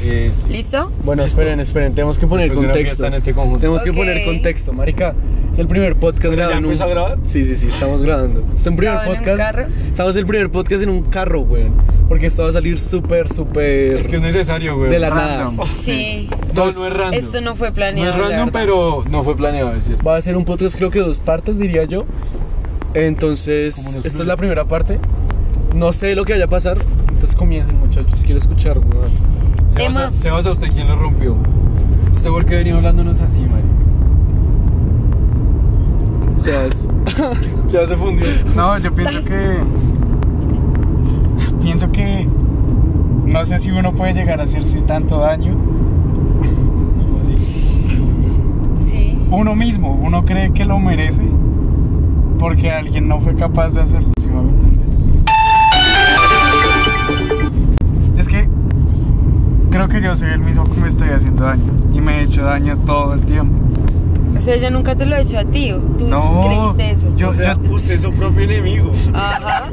Eh, sí. ¿Listo? Bueno, Listo. esperen, esperen, tenemos que poner Después de una contexto. fiesta en este conjunto. Tenemos Ok. que poner contexto, marica. Es el primer podcast grabado. en un- empezó a grabar? Sí, sí, sí, estamos grabando. Es el primer ¿Grabado en un podcast. carro? Estamos el primer podcast en un carro, güey. Porque esto va a salir súper, súper. Es que es necesario, güey. de la Random. nada. Sí. No, no es random. Esto no fue No planeado. es la random, verdad. pero no fue planeado decir. Va a ser un podcast, creo que dos partes, diría yo. Como Entonces, nos esta fluye. es la primera parte. No sé lo que vaya a pasar. Entonces comiencen, muchachos. Quiero escuchar, güey. Sebas, Emma. a, Sebas, ¿a usted quién lo rompió? ¿Usted por qué venía hablándonos así, Mari? Sebas. Sebas se fundió. No, yo pienso que. Pienso que. No sé si uno puede llegar a hacerse tanto daño. Sí. Uno mismo, uno cree que lo merece porque alguien no fue capaz de hacerlo. ¿sí me hago entender? Es que creo que yo soy el mismo que me estoy haciendo daño y me he hecho daño todo el tiempo. O sea, yo nunca te lo he hecho a ti. Tú No, creíste eso. yo, yo- usted es su propio enemigo. Ajá.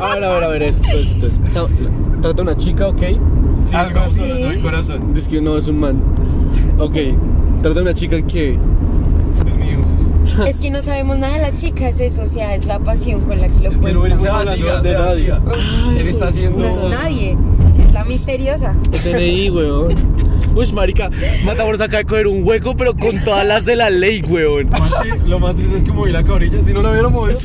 A ver, a ver, a ver. Esto, esto, esto. Está- trata a una chica, ok. Sí, Algo estamos así. hablando de corazón. Dice que no es un man. Ok. Trata a una chica que. Es mío. es que no sabemos nada de la chica, es eso. O sea, es la pasión con la que lo Es que no cuentan. venimos hablando de nadie. Él está haciendo. No es nadie. Es la misteriosa. SNI, weón. Uy, marica, Matamoros acaba de coger un hueco, pero con todas las de la ley, weón. Sí, Lo más triste es que moví la cabrilla. Si no la hubiera movido,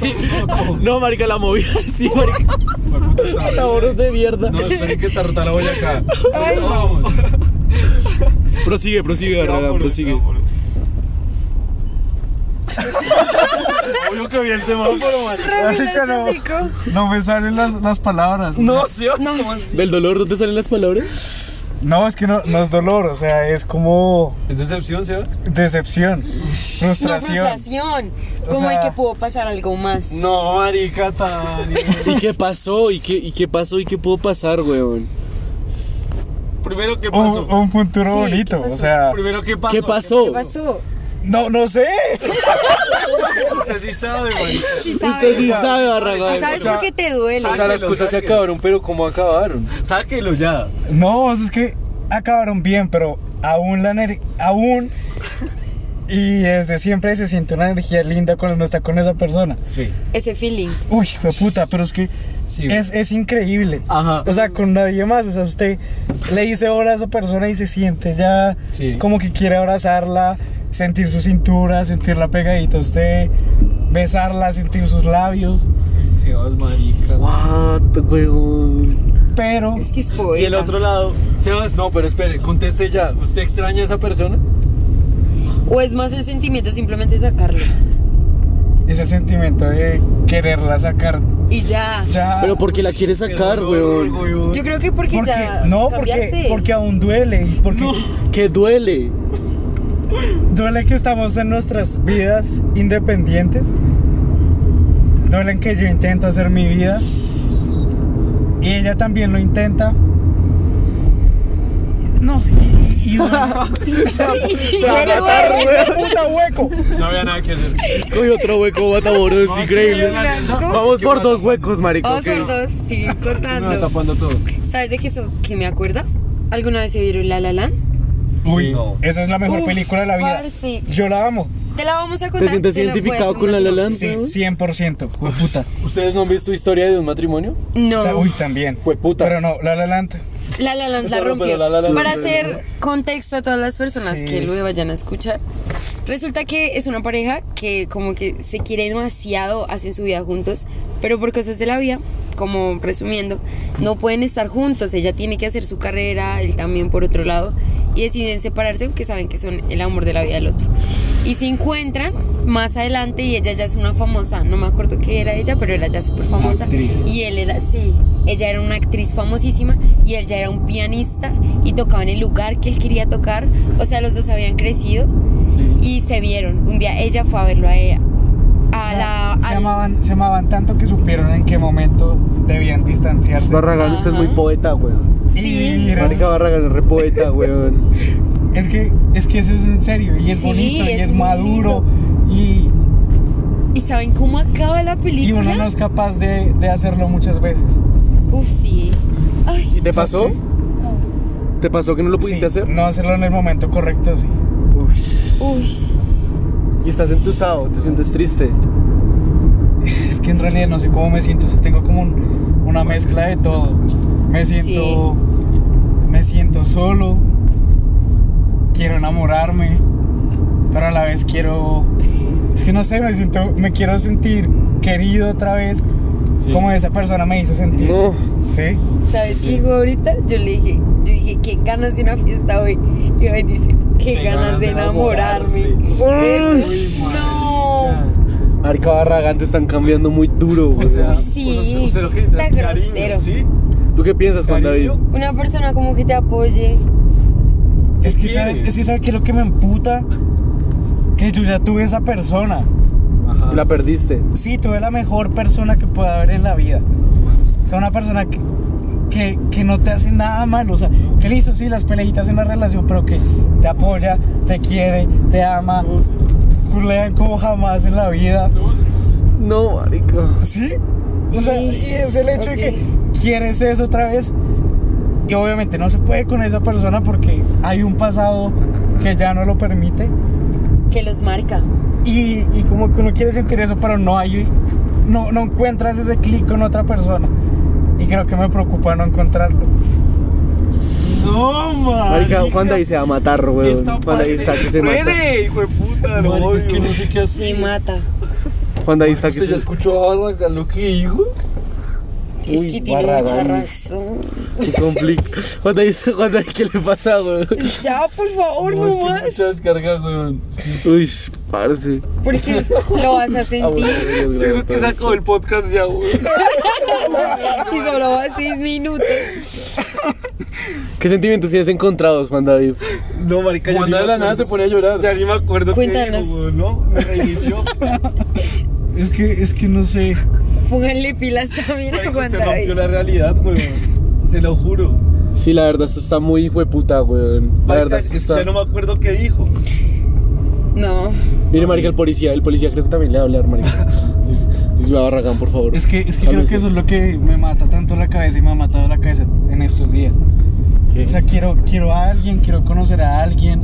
tampoco. No, marica, la moví así, marica. Fue puta esta- Matamoros de mierda. No, esperen que está rota la boya acá. Ay. Vamos. Prosigue, prosigue, Arraga, Vámonos, prosigue. vámonos. Obvio que vi el semáforo, man. Revela no. ese rico. no me salen las, las palabras. No, Dios. ¿Del dolor no te salen las palabras? No, es que no, no es dolor, o sea, es como ¿Es decepción, Sebas? decepción, No, frustración. frustración. O Como sea- de que pudo pasar algo más. No, marica, tan. ¿Y qué pasó? ¿Y qué, y qué pasó? ¿Y qué pudo pasar, weón? Primero, ¿qué pasó? Un, un futuro Sí, ¿qué bonito, pasó? o sea, Primero, ¿qué pasó? ¿Qué pasó? ¿Qué pasó? no, no sé. Usted sí sabe, marica. Sí Usted sí sabes. sabe, Barragán. ¿Sabes por qué te duele? O sea, las cosas se acabaron, pero ¿cómo acabaron? Sáquelo ya. No, o sea, es que acabaron bien, pero aún la ener- aún y desde siempre se siente una energía linda cuando uno está con esa persona. Sí. Ese feeling. Uy, hijo de puta, pero es que Sí, güey. es, es increíble. Ajá. O sea, con nadie más, o sea, usted le dice ahora a esa persona y se siente ya Sí. como que quiere abrazarla, sentir su cintura, sentirla pegadita a usted, besarla, sentir sus labios, Sebas, marica. What, weón. pero Es que es poeta. Y el otro lado, Sebas, no, pero espere, conteste ya. ¿Usted extraña a esa persona? O es más el sentimiento simplemente sacarlo. ese sentimiento de quererla sacar Y ya. ya Pero ¿por qué la quieres sacar, weón? Yo creo que porque, porque ya. no, cambiaste. porque porque aún duele, y porque Que duele. duele que estamos en nuestras vidas independientes. Duele en que yo intento hacer mi vida y ella también lo intenta. No, y, y- y Y ya no duele. puta hueco. No había nada que hacer. Coge otro hueco, Matamoros, No, es que increíble. yo la- Vamos por dos huecos, marico. Vamos ok. por Oh, dos, sí, Me va contando. tapando todo. ¿Sabes de qué, eso, que me acuerda? ¿Alguna vez se vieron La La Land? Uy, Sí, no. esa es la mejor Uf, película de la vida. parce. Yo la amo. Te la vamos a contar. ¿Te sientes la voy a identificado hacer con una La La Land? sinopsis. Sí, 100%. Jueputa. ¿Ustedes no han visto historia de un matrimonio? Ta- No, Uy, también. Jueputa. Pero no, La La Land. La La Land la Pero- rompió. pero La La Land- Para hacer contexto a todas las personas Sí. que lo vayan a escuchar, resulta que es una pareja que como que se quiere demasiado, hacen su vida juntos, pero por cosas de la vida, como resumiendo, no pueden estar juntos. Ella tiene que hacer su carrera, él también por otro lado, y deciden separarse porque saben que son el amor de la vida del otro. Y se encuentran más adelante y ella ya es una famosa, no me acuerdo qué era ella, pero era ya súper famosa. Actriz. Y él era, sí, ella era una actriz famosísima y él ya era un pianista y tocaba en el lugar que él quería tocar. O sea, los dos habían crecido y se vieron. Un día ella fue a verlo a ella. A la. se, al- amaban, se amaban tanto que supieron en qué momento debían distanciarse. Barragán, este usted es muy Ajá. poeta, weón. Y Sí. vieron- Marica Barragán es re poeta, weón. Es que, es que eso es en serio, y es Sí, bonito, y es es muy maduro, y, ¿Y saben cómo acaba la y película? uno no es capaz de, de hacerlo muchas veces. Uf, sí. Ay, ¿Y te pasó? ¿Te pasó que no lo pudiste Sí, hacer? No hacerlo en el momento correcto, sí. Uy. Uy, Y estás entusado, te sientes triste. Es que en realidad no sé cómo me siento, o sea, tengo como un- una mezcla de todo. Me siento me siento solo. Quiero enamorarme, pero a la vez quiero es que no sé, me siento me quiero sentir querido otra vez, Sí. como esa persona me hizo sentir. No. Sí. ¿sabes qué dijo ahorita? Yo le dije, yo dije, qué ganas de una fiesta hoy. Y hoy dice, qué, ganas, de enamorarme. Eso. no. Marica Barragán te están cambiando muy duro. O sea, Sí, O sea, lo que dices, está cariño, grosero. ¿sí? ¿tú qué piensas, Juan David? Cariño. Una persona como que te apoye. Es que ¿Qué sabes, quieres? es que sabes que lo que me emputa que yo ya tuve esa persona. Ajá. La perdiste. Sí, tuve la mejor persona que pueda haber en la vida. O sea, una persona que, que, que no te hace nada malo. O sea, que le hizo, sí, las peleitas en la relación, pero que te apoya, te quiere, te ama, curlean como jamás en la vida. No, marica. ¿Sí? O sea, y es el hecho de que quieres eso otra vez. Y obviamente no se puede con esa persona porque hay un pasado que ya no lo permite. Que los marca. Y, y como que uno quiere sentir eso, pero no hay, no, no encuentras ese clic con otra persona. Y creo que me preocupa no encontrarlo. No, man. Marica, Juan David se va a matar, weón. Esa Juan David está que se mata. hijo de puta, lo Es odio. que no sé qué Me hacer. mata. Juan David está que ¿Usted ya se escuchó a Barragán lo que dijo? Es Uy, que tiene barra mucha grande. razón. Qué complica. Juan David, Juan David, ¿qué le pasa, weón? Ya, por favor, No, es que nomás. mucha descarga, weón. Es que- Uy, parce. Porque lo vas a sentir Yo creo que se acabó el podcast ya, weón. y solo va seis minutos. ¿Qué sentimientos tienes encontrados, Juan David? No, marica, ya Cuando ni de me la nada se acuerdo. ponía a llorar. Ya ni me acuerdo. qué Cuéntanos. dijo, weón, ¿no? Me reinició. Es que, es que no sé. Pónganle pilas también a Marica, Juan usted rompió David. pues, la realidad, weón. Se lo juro. Sí, la verdad, esto está muy hijo de puta, weón. La Marica, verdad, es que está. Ya no me acuerdo qué dijo. No, Mire, marica, el policía. El policía creo que también le va a hablar, marica. Dice- Dice, va Barragán, por favor. Es que, es que creo Cálmese. que eso es lo que me mata tanto la cabeza y me ha matado la cabeza en estos días. ¿Qué? O sea, quiero, quiero a alguien, quiero conocer a alguien.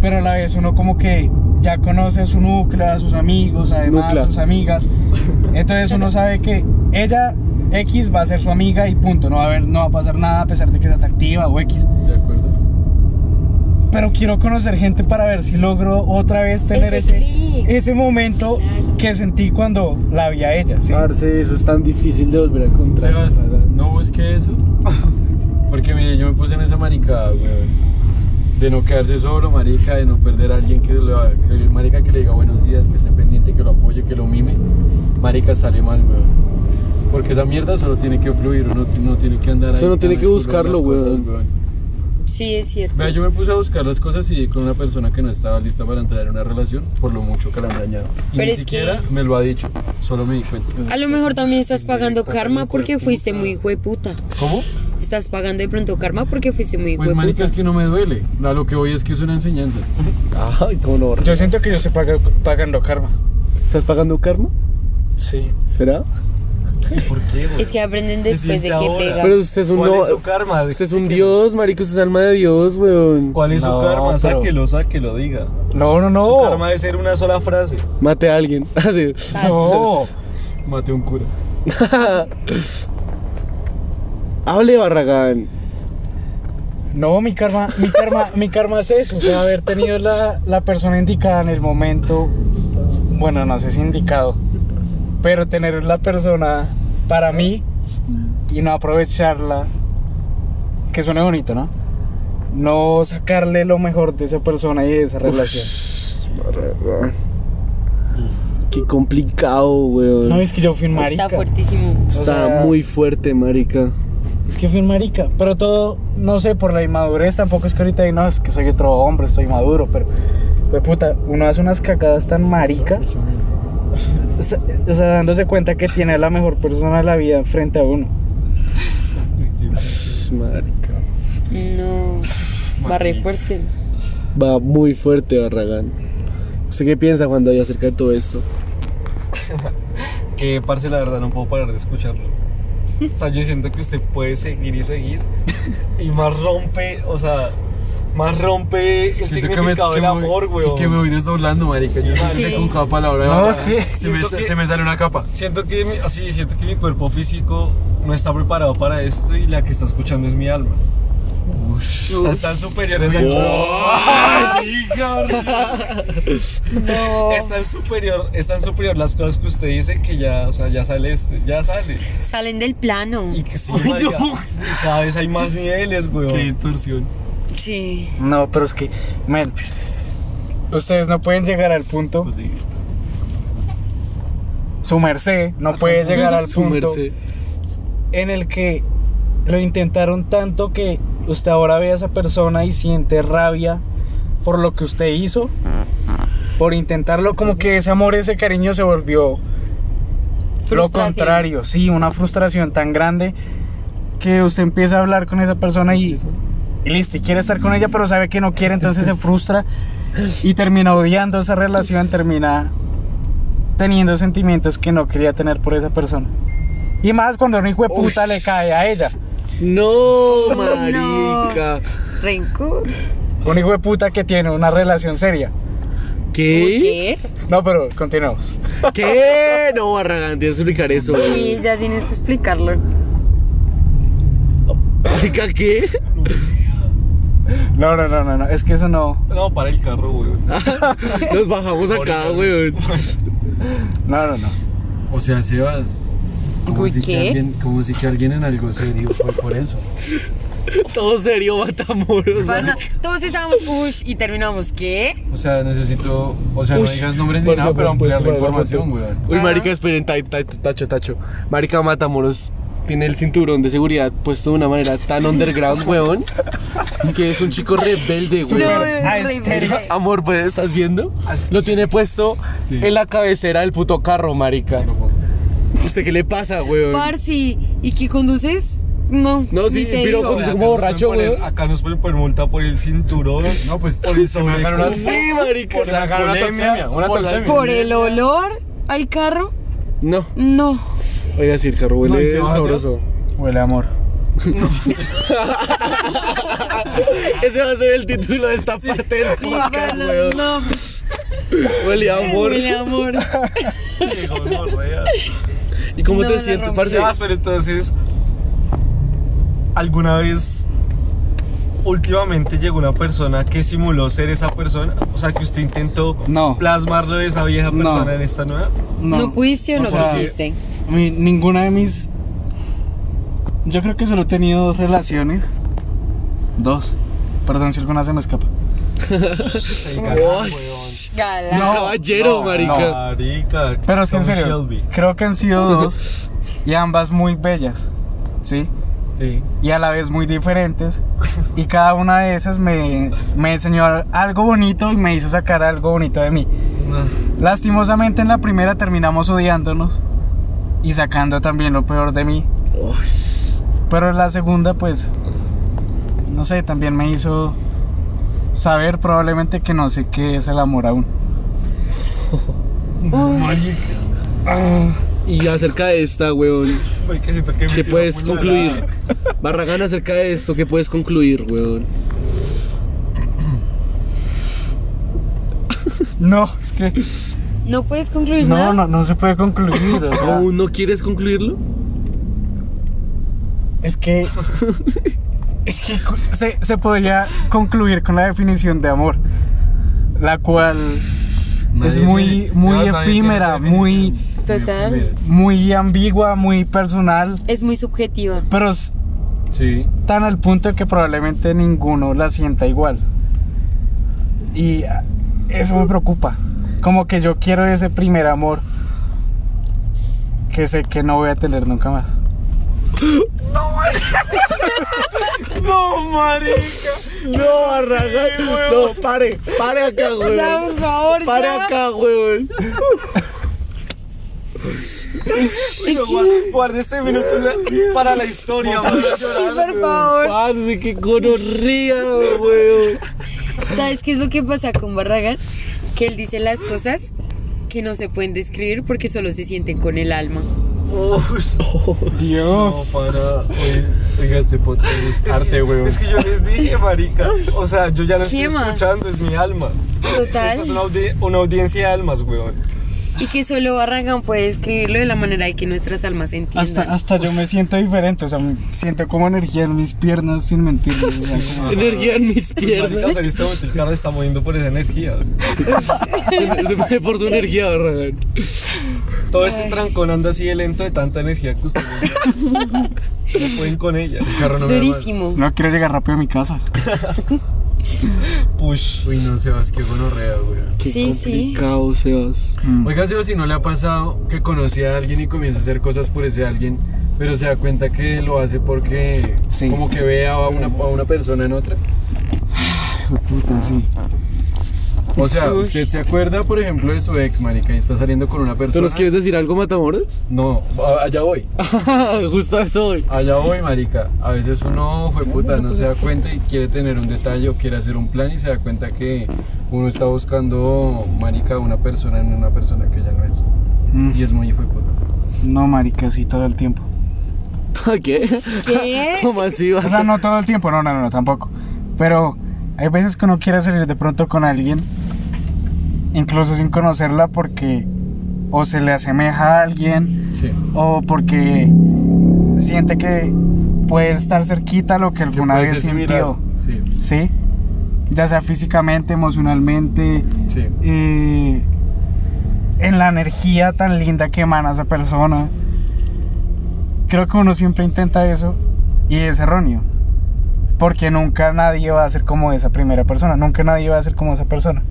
Pero a la vez uno como que ya conoce a su núcleo, a sus amigos, además Núcleo. a sus amigas. Entonces uno sabe que ella X va a ser su amiga y punto. No va a haber, no va a pasar nada a pesar de que es atractiva o X. De acuerdo. Pero quiero conocer gente para ver si logro otra vez tener Ese ese, clic. ese momento Claro. que sentí cuando la vi a ella. ¿sí? Parce, eso es tan difícil de volver a encontrar. Sebas, la verdad. no busque eso. Porque mire, yo me puse en esa maricada, weón. De no quedarse solo, marica, de no perder a alguien que, lo, que- marica que le diga buenos días, que esté pendiente, que lo apoye, que lo mime. Marica sale mal, weón. Porque esa mierda solo tiene que fluir, uno t- no tiene que andar ahí. Solo tiene tan que al culo de buscarlo, las cosas, weón. Sí, es cierto. Vea, yo me puse a buscar las cosas y di con una persona que no estaba lista para entrar en una relación por lo mucho que la han dañado. Y Pero ni es siquiera que- me lo ha dicho, solo me di cuenta. A lo mejor también estás pagando karma porque fuiste muy hijo de puta. ¿Cómo? Estás pagando de pronto karma porque fuiste muy hijo Pues de marica, puta. es que no me duele. A lo que voy es que es una enseñanza. Ay, cómo no. Yo siento que yo estoy paga- pagando karma. ¿Estás pagando karma? Sí. ¿Será? ¿Por qué, weón? Es que aprenden después Desde de que ahora. pega. Pero usted es un ¿Cuál no- es su karma? Usted es un dios, marica, usted es alma de dios, weón. ¿Cuál es No, su karma? pero- Sáquelo, sáquelo, diga. No, no, Su no. karma debe ser una sola frase. Mate a alguien. Así. No. Mate un cura. Hable, Barragán. No, mi karma, mi karma, mi karma es eso, o sea, haber tenido la, la persona indicada en el momento, bueno, no sé si indicado, pero tener la persona para mí y no aprovecharla, que suene bonito, ¿no? No sacarle lo mejor de esa persona y de esa relación. Barragán. Qué complicado, weón. No, es que yo fui un marica. Está fuertísimo. Está o sea- muy fuerte, marica. Es que fui un marica, pero todo, no sé, por la inmadurez tampoco es que ahorita y no, es que soy otro hombre, estoy maduro, pero, pues puta, uno hace unas cacadas tan maricas, o sea, o sea, dándose cuenta que tiene a la mejor persona de la vida frente a uno. Pss, Marica. No. Barre fuerte. Va muy fuerte, Barragán. ¿Usted qué piensa, Juan David, acerca de todo esto? Que, parce, la verdad, no puedo parar de escucharlo. O sea, yo siento que usted puede seguir y seguir. Y más rompe, o sea, más rompe el Siento que me, significado que del me- amor, y weón. que me voy desdoblando, marica. Sí, Yo siento marica. que con cada palabra No, o es sea, que- se, me, siento que- se me sale una capa. Siento que, mi- así, siento que mi cuerpo físico no está preparado para esto y la que está escuchando es mi alma. O sea, están superiores a No. Es tan superior, es tan superior las cosas que usted dice que ya, o sea, ya sale este, ya sale. Salen del plano. Y que sí, marica, y cada vez hay más niveles, Qué weón. distorsión. Sí. No, pero es que, men, ustedes no pueden llegar al punto, Pues sí. su merced no puede llegar al Su punto merced. en el que lo intentaron tanto que usted ahora ve a esa persona y siente rabia por lo que usted hizo, por intentarlo, como que ese amor, ese cariño se volvió lo Frustración. contrario, sí, una frustración tan grande que usted empieza a hablar con esa persona y, y listo, y quiere estar con ella, pero sabe que no quiere, entonces se frustra y termina odiando esa relación, termina teniendo sentimientos que no quería tener por esa persona. Y más cuando un hijo de puta le cae a ella. No, No. marica. Rencor. Un hijo de puta que tiene una relación seria. ¿Qué? ¿Qué? No, pero continuamos. ¿Qué? No, Barragán, tienes que explicar eso. Sí, ya tienes que explicarlo. Marica, ¿qué? No, no, no, no, no, es que eso no. No, para el carro, weón. Ah, Nos bajamos acá, weón. No, no, no. O sea, Sebas. Como Uy, si que ¿qué? alguien, como si que alguien en algo serio fue por eso. Todo serio, Matamoros. Bueno, todos estábamos push y terminamos. ¿Qué? O sea, necesito. O sea, Uy, no digas nombres ni por nada, favor, pero ampliar la por favor, información, por weón. Uy, Ajá. marica, esperen, ta- ta- tacho, tacho. Marica Matamoros tiene el cinturón de seguridad puesto de una manera tan underground, weón. Es que es un chico rebelde, weón. Ah, es serio. Amor, pues, ¿estás viendo? Lo tiene puesto Sí. en la cabecera del puto carro, marica. ¿Usted qué le pasa, weón? Parsi, ¿y qué conduces? No. No, sí, ni te pero digo. pues conduce- Acá como nos borracho, pueden poner- weón. Acá nos pueden poner multa por el cinturón. No, pues. Por el se me sobrecosto. dejaron una- Sí, marica. Por la Acá una bulimia, toxemia, una por la- toxemia. Por el olor al carro, No, no. oiga, sí, el carro No, ¿y huele se baja, sabroso. Huele a amor. Ese va a ser el título de esta parte del Sí, podcast, bueno, weón. no. Huele a amor. Huele a amor. Llegó una rueda. ¿Y cómo No, te la sientes, rompí. parce? Sebas, pero entonces, ¿alguna vez últimamente llegó una persona que simuló ser esa persona? O sea, que usted intentó No. plasmarlo de esa vieja No. persona en esta nueva. No, pudiste o o no sea, quisiste. Mi- ninguna de mis. Yo creo que solo he tenido dos relaciones. Dos. Perdón si alguna se me escapa. Uy, Galán. caballero, marica. Marica. Pero es que en Tom serio, Shelby. creo que han sido dos. Y ambas muy bellas. ¿Sí? Sí. Y a la vez muy diferentes. Y cada una de esas me, me enseñó algo bonito y me hizo sacar algo bonito de mí. Lastimosamente en la primera terminamos odiándonos y sacando también lo peor de mí. Pero en la segunda, pues, no sé, también me hizo saber probablemente que no sé qué es el amor aún. Y acerca de esta, weón, Marica, siento que me ¿qué tiró puedes puñalada. concluir? Barragán, acerca de esto, ¿qué puedes concluir, weón? No, es que No puedes concluir no, nada. no, no se puede concluir. o sea, ¿Aún no quieres concluirlo? es que es que cu- se, se podría concluir con la definición de amor, la cual es Nadie muy, tiene- muy Sebas, nadie tiene esa efímera, muy, definición. Total. muy ambigua, muy personal. Es muy subjetiva. Pero es Sí. tan al punto que probablemente ninguno la sienta igual. Y ah, eso me preocupa. Como que yo quiero ese primer amor que sé que no voy a tener nunca más. No, marica. No, Barragán, no, pare, pare acá, Ya, weón. por favor, Pare ya. acá, weón. Pero guar- Guarda este minuto en la- para la historia, marica. Sí, por favor. Parce, qué gonorría, weón. ¿Sabes qué es lo que pasa con Barragán? Que él dice las cosas que no se pueden describir porque solo se sienten con el alma. Dios. No, para. Oye, Oiga, este podcast es Es arte, que- weón. Es que yo les dije, marica. O sea, yo ya lo estoy Quema. escuchando, es mi alma. Esta es una, Total. audi- una audiencia de almas, weón. Y que solo Barragán puede escribirlo de la manera de que nuestras almas se entiendan. Hasta, hasta pues. yo me siento diferente, o sea, me siento como energía en mis piernas sin mentir. Energía en mis Marica, o piernas. sea, en este momento el carro está moviendo por esa energía. Se mueve por su energía, Barragán. Todo este trancón anda así de lento de tanta energía que ustedes no pueden con ella. El carro no me da más. Durísimo. No quiero llegar rápido a mi casa. Push. Uy, no, Sebas, qué gonorrea, weón. Qué Sí, sí. complicado, Sebas. Oiga, Sebas, si no le ha pasado que conoce a alguien y comienza a hacer cosas por ese alguien, pero se da cuenta que lo hace porque Sí. como que ve a una, a una persona en otra. Hijo de puta, sí. O sea, Uy. usted se acuerda, por ejemplo, de su ex, marica, y está saliendo con una ¿Tú persona. nos quieres decir algo, Matamoros? No, a- allá voy. Justo eso hoy. Allá voy, marica. A veces uno, jueputa, no se da cuenta y quiere tener un detalle o quiere hacer un plan y se da cuenta que uno está buscando, marica, una persona en una persona que ya no es. Mm. Y es muy jueputa. No, marica, sí, todo el tiempo. ¿Qué? ¿Qué? ¿Cómo así, O sea, Barragán? no todo el tiempo, no, no, no, tampoco. Pero hay veces que uno quiere salir de pronto con alguien, incluso sin conocerla, porque o se le asemeja a alguien, Sí. o porque siente que puede estar cerquita a lo que Que alguna puede vez ser similar. sintió, Sí, ¿sí? Ya sea físicamente, emocionalmente, sí. eh, en la energía tan linda que emana esa persona. Creo que uno siempre intenta eso y es erróneo. Porque nunca nadie va a ser como esa primera persona, nunca nadie va a ser como esa persona.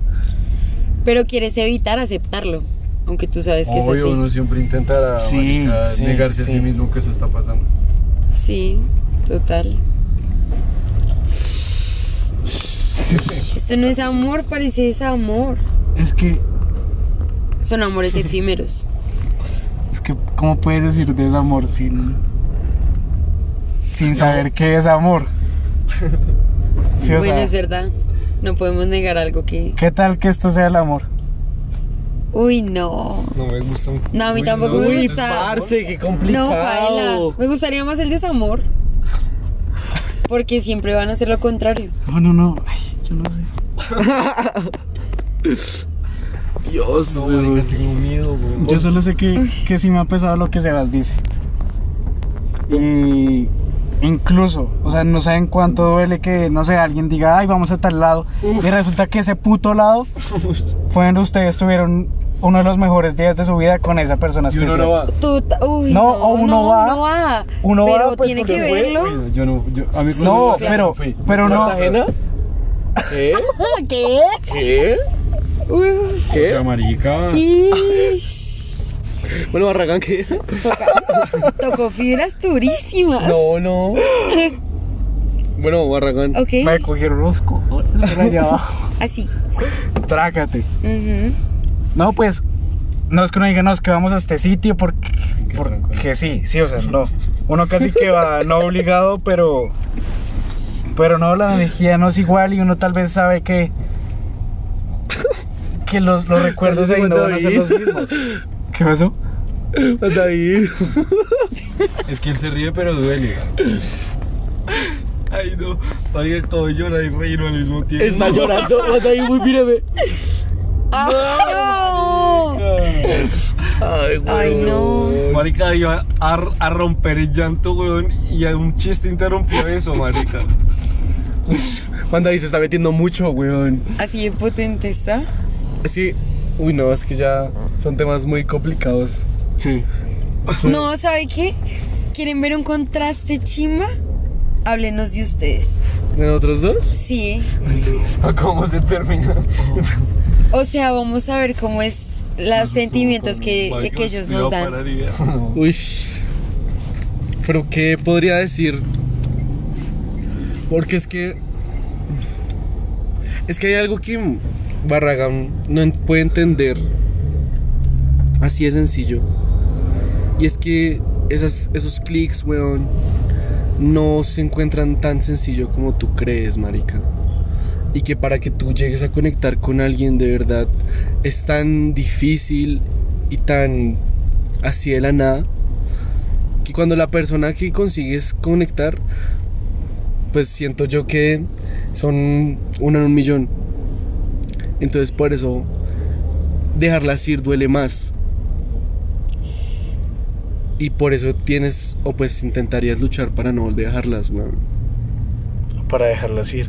Pero quieres evitar aceptarlo, aunque tú sabes que Obvio, uno es siempre intentará Sí, marica, sí, negarse a sí. sí mismo que eso está pasando. así. Sí, total. Esto no es amor, parece desamor. Es que, Son amores efímeros. es que, ¿cómo puedes decir desamor sin, sin saber qué es amor? Sí, o bueno, sea, es verdad. No podemos negar algo que. ¿Qué tal que esto sea el amor? Uy, no. No me gusta. un- No, a mí Uy, tampoco no, me eso es gusta. barro. Parce, qué No, baila. complicado. Me gustaría más el desamor. Porque siempre van a hacer lo contrario. No, no, no. Ay, yo no sé. Dios, No, weón. marica, tengo miedo, weón. Yo solo sé que, que sí me ha pesado lo que Sebas dice. Y incluso, o sea, no saben cuánto duele que, no sé, alguien diga, ay, vamos a tal lado. Y resulta que ese puto lado fue donde ustedes tuvieron uno de los mejores días de su vida con esa persona Y uno especial. no va. Tú ta- Tota-, uy, No, o uno va. uno va. Uno va, pero pues, tiene porque que fue, verlo. Uy, Yo no, yo, a mí con No, los- pero, fui. pero no. ¿Cartagena? ¿Qué? ¿Qué? ¿Qué? Uy, O sea, ¿Qué? marica. ish. Bueno, Barragán, ¿qué? Toca- tocó fibras durísimas. No, no. Bueno, Barragán. Ok, Me cogí rosco. Mira allá abajo. así. Trácate. Ujú. No, pues, no es que uno diga, no, es que vamos a este sitio porque, tranco, ¿no? porque sí, sí, o sea, no. Uno casi que va, no obligado, pero, pero no, la energía no es igual y uno tal vez sabe que, que los, los recuerdos ahí no van a ser los mismos. ¿Qué pasó? David. Es que él se ríe, pero duele. Ay, no. Marica, acabo de llorar y reír al mismo tiempo. Está llorando. David, muy mírame. ¡No! Ay, güey. Ay, no. Marica iba a, a romper el llanto, weón. Y a un chiste interrumpió eso, marica. Juan David se está metiendo mucho, weón. Así de potente está. Sí. Uy, no, es que ya son temas muy complicados. Sí. No, ¿sabe qué? ¿Quieren ver un contraste chimba? Háblenos de ustedes. ¿De nosotros dos? Sí. ¿Cómo se terminó? O sea, vamos a ver cómo es los sentimientos que, Eh, que ellos nos dan. Uy. Pero, ¿qué podría decir? Porque es que. Es que hay algo que Barragán no en- puede entender. Así de sencillo. Y es que esas, esos clics, weón, no se encuentran tan sencillo como tú crees, marica. Y que para que tú llegues a conectar con alguien de verdad es tan difícil y tan así de la nada que cuando la persona que consigues conectar, pues siento yo que son una en un millón. Entonces por eso dejarlas ir duele más. Y por eso tienes, o pues intentarías luchar para no dejarlas, weón. para dejarlas ir.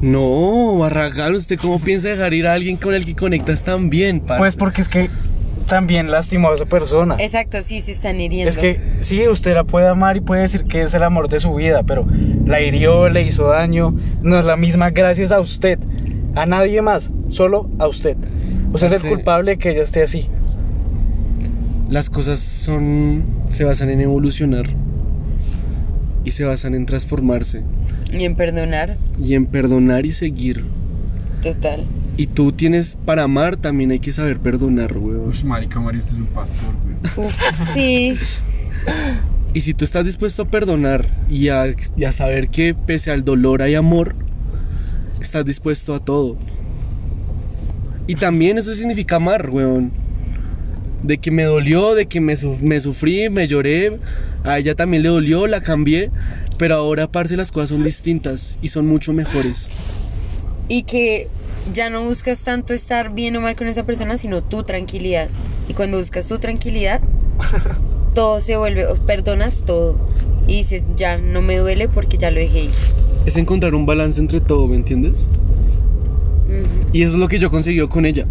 No, Barragán, ¿usted cómo piensa dejar ir a alguien con el que conectas tan bien? parce? Pues porque es que también lastimó a esa persona. Exacto, sí, sí están hiriendo. Es que sí, usted la puede amar y puede decir que es el amor de su vida, pero la hirió, le hizo daño. No es la misma gracias a usted, a nadie más, solo a usted. Usted es Sí. el culpable de que ella esté así. Las cosas son. se basan en evolucionar. Y se basan en transformarse. Y en perdonar, Y en perdonar y seguir. total. Y tú tienes. para amar también hay que saber perdonar, weón. Uy, marica, Mario, usted es un pastor, güey. Uf, sí, Y si tú estás dispuesto a perdonar y a, y a saber que pese al dolor hay amor, estás dispuesto a todo. Y también eso significa amar, weón. De que me dolió, de que me, suf- me sufrí, me lloré. A ella también le dolió, la cambié. Pero ahora, parce, las cosas son distintas y son mucho mejores. y que ya no buscas tanto estar bien o mal con esa persona, sino tu tranquilidad. Y cuando buscas tu tranquilidad, todo se vuelve, o perdonas todo. Y dices, ya no me duele porque ya lo dejé ir. Es encontrar un balance entre todo, ¿me entiendes? Ujú. Y eso es lo que yo conseguí con ella.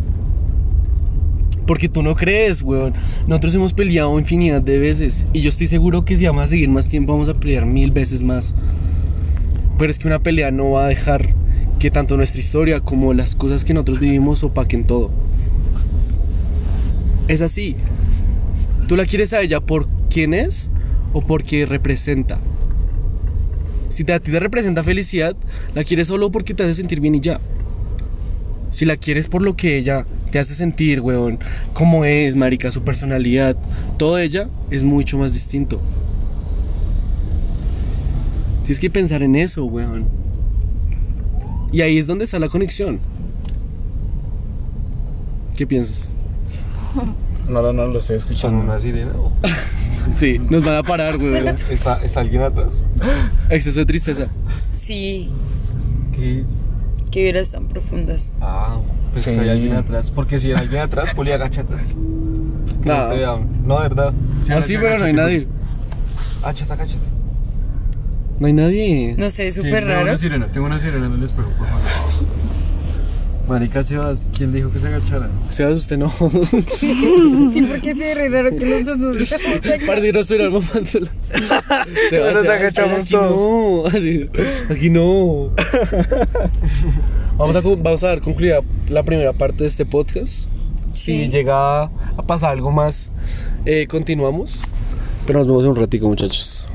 Porque tú no crees, weón. Nosotros hemos peleado infinidad de veces. Y yo estoy seguro que si vamos a seguir más tiempo, vamos a pelear mil veces más. Pero es que una pelea no va a dejar que tanto nuestra historia como las cosas que nosotros vivimos opaquen todo. Es así. Tú la quieres a ella por quién es o porque representa. Si te- a ti te representa felicidad, la quieres solo porque te hace sentir bien y ya. Si la quieres por lo que ella te hace sentir, weón, cómo es, marica, su personalidad, todo ella es mucho más distinto. Tienes que pensar en eso, weón. Y ahí es donde está la conexión. ¿Qué piensas? No, no, no, lo estoy escuchando. ¿Son una sirena? o- Sí, nos van a parar, weón. ¿Está, está alguien atrás? Exceso de tristeza. Sí, ¿Qué? que vieras tan profundas. Ah, pensé que Sí. había alguien atrás. Porque si era alguien atrás, Poli, agáchate así. Que No, te Nada. vean. no, de verdad. Así, pero no hay nadie. Áchate, agáchate. No hay nadie. No sé, es Sí, súper tengo raro. Una sirena, tengo una sirena en el espejo, por favor. Marica Sebas, ¿quién le dijo que se agachara? Sebas, usted no. Sí, porque se ve raro que los dos. Parece que no estoy armando Nos agachamos aquí No, así, aquí no. vamos, a, cu- vamos a dar concluida la primera parte de este podcast. Si Sí. llega a pasar algo más, eh, continuamos. Pero nos vemos en un ratico, muchachos.